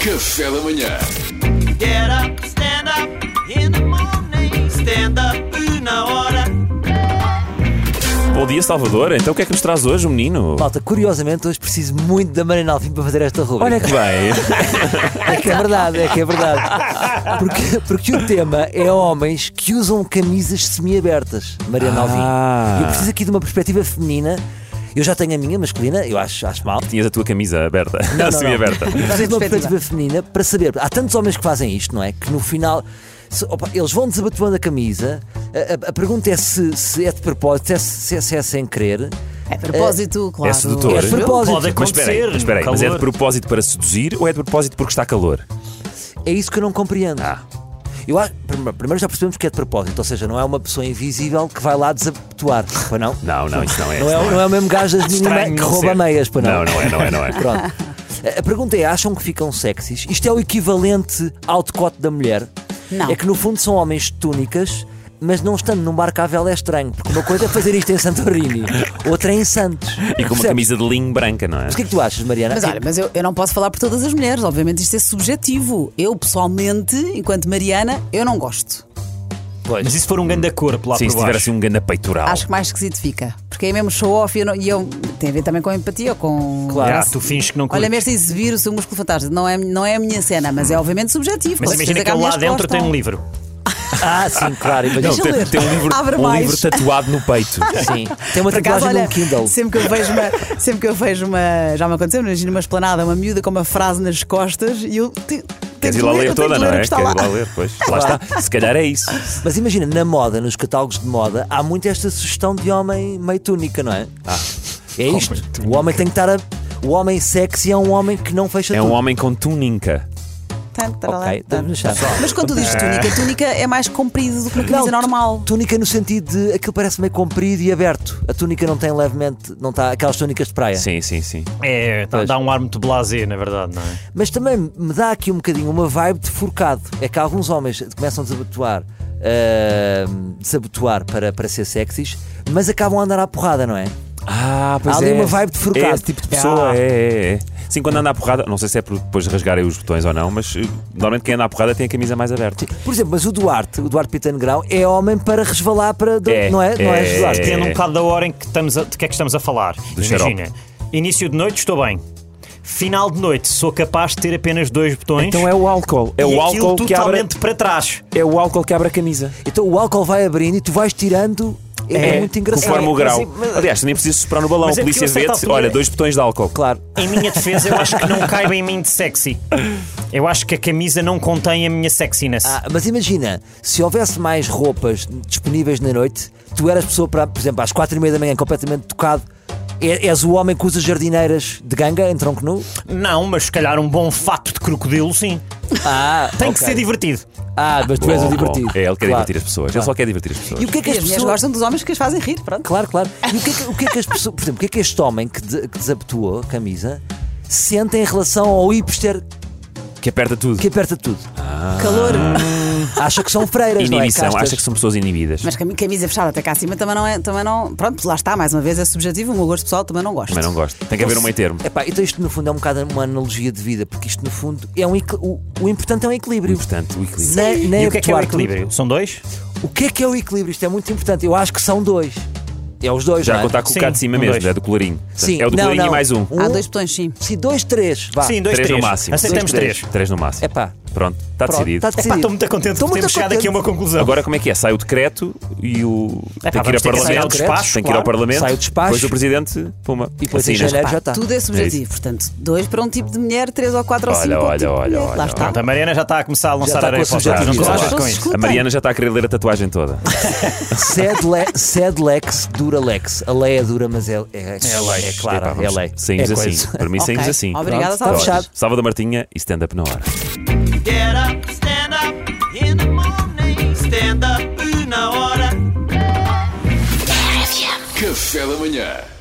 Café da manhã. Get up, stand up in the morning. Stand up na hora. Bom dia, Salvador. Então o que é que nos traz hoje, o menino? Malta, curiosamente hoje preciso muito da Mariana Alvim para fazer esta rubrica. Olha que bem. É que é verdade, é que é verdade. Porque, porque o tema é homens que usam camisas semiabertas, Mariana Alvim. Ah. E Eu preciso aqui de uma perspectiva feminina. Eu já tenho a minha masculina, eu acho, acho mal. Tinhas a tua camisa aberta, não, semi-aberta. Eu preciso de uma perspectiva feminina para saber. Há tantos homens que fazem isto, não é? Que no final. se- opa, eles vão desabatuando a camisa. A, a- a pergunta é se, se é de propósito, se é, se é- se é sem querer. É propósito, claro. É sedutor. É de propósito. Mas espera Pode aí, acontecer. mas espera aí, mas é de Calor. propósito para seduzir ou é de propósito porque está calor? É isso que eu não compreendo. Ah. Eu acho, prime- primeiro já percebemos que é de propósito, ou seja, não é uma pessoa invisível que vai lá desabituar, pois não? Não, não, isso não é. Não é, não é o mesmo gajo das meninas Estranho que não rouba ser. meias, pois não? Não, não é, não é, não é. Pronto. A- A pergunta é: acham que ficam sexys? Isto é o equivalente ao decote da mulher? Não. É que no fundo são homens de túnicas, mas não estando num barco à vela é estranho, porque uma coisa é fazer isto em Santorini, outra é em Santos. E com uma Percebes? camisa de linho branca, não é? Mas o que é que tu achas, Mariana? Mas olha, mas eu, eu não posso falar por todas as mulheres, obviamente isto é subjetivo. Eu, pessoalmente, enquanto Mariana, eu não gosto. Mas e se for um ganda corpo lá Sim, por se baixo? tiver assim um ganda peitoral. Acho que mais esquisito fica. Porque aí mesmo show-off e eu, não- e eu- Tem a ver também com empatia, com. Claro. Ah, tu finges que não curtes. Olha, mesmo exibir o seu músculo fantástico, não é, não é a minha cena, mas é obviamente subjetivo. Mas Com certeza imagina que há ele lá mulheres dentro gostam. tem um livro. Ah, sim, claro, imagina. Não, tem, ler. tem um livro, Abre um mais. livro tatuado no peito. Sim. Tem uma Por acaso, tatuagem olha, num Kindle. Sempre que eu vejo uma. Sempre que eu vejo uma. Já me aconteceu, imagina uma esplanada, uma miúda com uma frase nas costas e eu. te- tenho Queres que ir lá eu ler tenho toda, que não ler o é? que está Queres lá. ir lá ler, pois. Lá está. Se calhar é isso. Mas imagina, na moda, nos catálogos de moda, há muito esta sugestão de homem meio túnica, não é? Ah. é isto. O homem tem que estar a. O homem sexy é um homem que não fecha É tudo. um homem com túnica. Tan, taralá, Ok, tan. estamos no chão. Mas quando tu dizes túnica, túnica é mais comprida do que uma camisa Não, normal. Túnica no sentido de aquilo parece meio comprido e aberto. A túnica não tem levemente. Não está aquelas túnicas de praia. Sim, sim, sim. É, tá- Pois. dá um ar muito blasé, na verdade, não é? Mas também me dá aqui um bocadinho uma vibe de forcado. É que alguns homens começam a desabituar, ahm, desabituar para, para ser sexys, mas acabam a andar à porrada, não é? Ah, pois Há ali é. uma vibe de forcado. É esse tipo de pessoa, Ah. é, é, é. Sim, quando anda à porrada, não sei se é por depois rasgarem os botões ou não, mas eh, normalmente quem anda à porrada tem a camisa mais aberta. Por exemplo, mas o Duarte, o Duarte Pitano Grau, é homem para resvalar para. É, não é? não é é, resvalar. é. Depende um bocado da hora em que estamos a, de que é que estamos a falar. xarope. Imagina, início de noite estou bem. Final de noite sou capaz de ter apenas dois botões. Então é o álcool. É e o aquilo álcool que abre, totalmente para trás. é o álcool que abre a camisa. Então o álcool vai abrindo e tu vais tirando. É, muito engraçado. Conforme o É, grau. mas é- mas- Aliás, tu nem precisas soprar no balão. Mas A é porque polícia eu, a certa vê-te. altura- Olha, dois botões de álcool. Claro. Em minha defesa, eu acho que não caiba em mim de sexy. Eu acho que a camisa não contém a minha sexiness. Ah, mas imagina, se houvesse mais roupas disponíveis na noite, tu eras pessoa para, por exemplo, às quatro e meia da manhã completamente tocado. É- És o homem que usa jardineiras de ganga em tronco nu? Não, mas se calhar um bom fato de crocodilo, sim. Ah, Tem que ok. ser divertido. Ah, mas tu Bom, és o bom. divertido. É, ele quer Claro. divertir as pessoas. Ele só quer divertir as pessoas. E o que é que E as as mulheres pessoas gostam dos homens que as fazem rir, pronto. Claro, claro. E o que é que, o que, é que as pessoas. Por exemplo, o que é que este homem que, de- que desabituou a camisa sente em relação ao hipster Que aperta tudo. que aperta tudo? Ah. Calor. Acha que são freiras, Inibição. não é? Castas. Acha que são pessoas inibidas. Mas cami- camisa fechada até cá acima também não é. Também não, pronto, lá está, mais uma vez, é subjetivo. O meu gosto pessoal também não gosto. Também não gosto. Tem que haver um meio termo. Epá, então isto no fundo é um bocado uma analogia de vida, porque isto no fundo é um equi- o, o importante é um O equilíbrio. importante, o equilíbrio. Nem- nem e o que é que é o atuar equilíbrio? São dois? tudo. O que é que é o equilíbrio? Isto é muito importante. Eu acho que são dois. É os dois, Já não a é? contar com o Sim, cá de cima um, mesmo, dois. é do colarinho. Sim, É o do não, colarinho não. e mais um. Há dois botões, sim. Sim, dois, três, vá. Sim, dois, Ah, Três no três. máximo. Aceitamos Dois, três. três. Três no máximo. Epá, Pronto, está pronto, decidido. está decidido. Pá, Estou muito contente Estou por termos muito chegado aqui a uma contente. conclusão. Agora como é que é? Sai o decreto e o. tem É pá, que ir ao vamos ter que sair ao Parlamento. despacho, tem que ir ao claro. Parlamento. Sai o despacho. Depois o Presidente. Puma. E depois em Assinas. janeiro já está. Tudo é subjetivo. Portanto, dois para um tipo de mulher, três ou quatro ou Olha, cinco. para um olha, tipo de olha, mulher. olha, Lá olha. está. Pronto, a Mariana já está a começar a lançar está areia com a para os Tá, lados. Não subjetividade. concordas Já estou com isso? escuro. A Mariana já está a querer ler a tatuagem toda. Sad, le- sad Lex, dura Lex. A lei é dura, mas é, é, é, lei. é clara, Epá, é vamos- lei. Saímos é assim. coisa. Para mim, Ok. saímos assim. Obrigada, Pronto, está Salvador. fechado. Salva da Martinha e stand-up na hora. Get up, stand up in the morning. Stand up na hora. Café da manhã.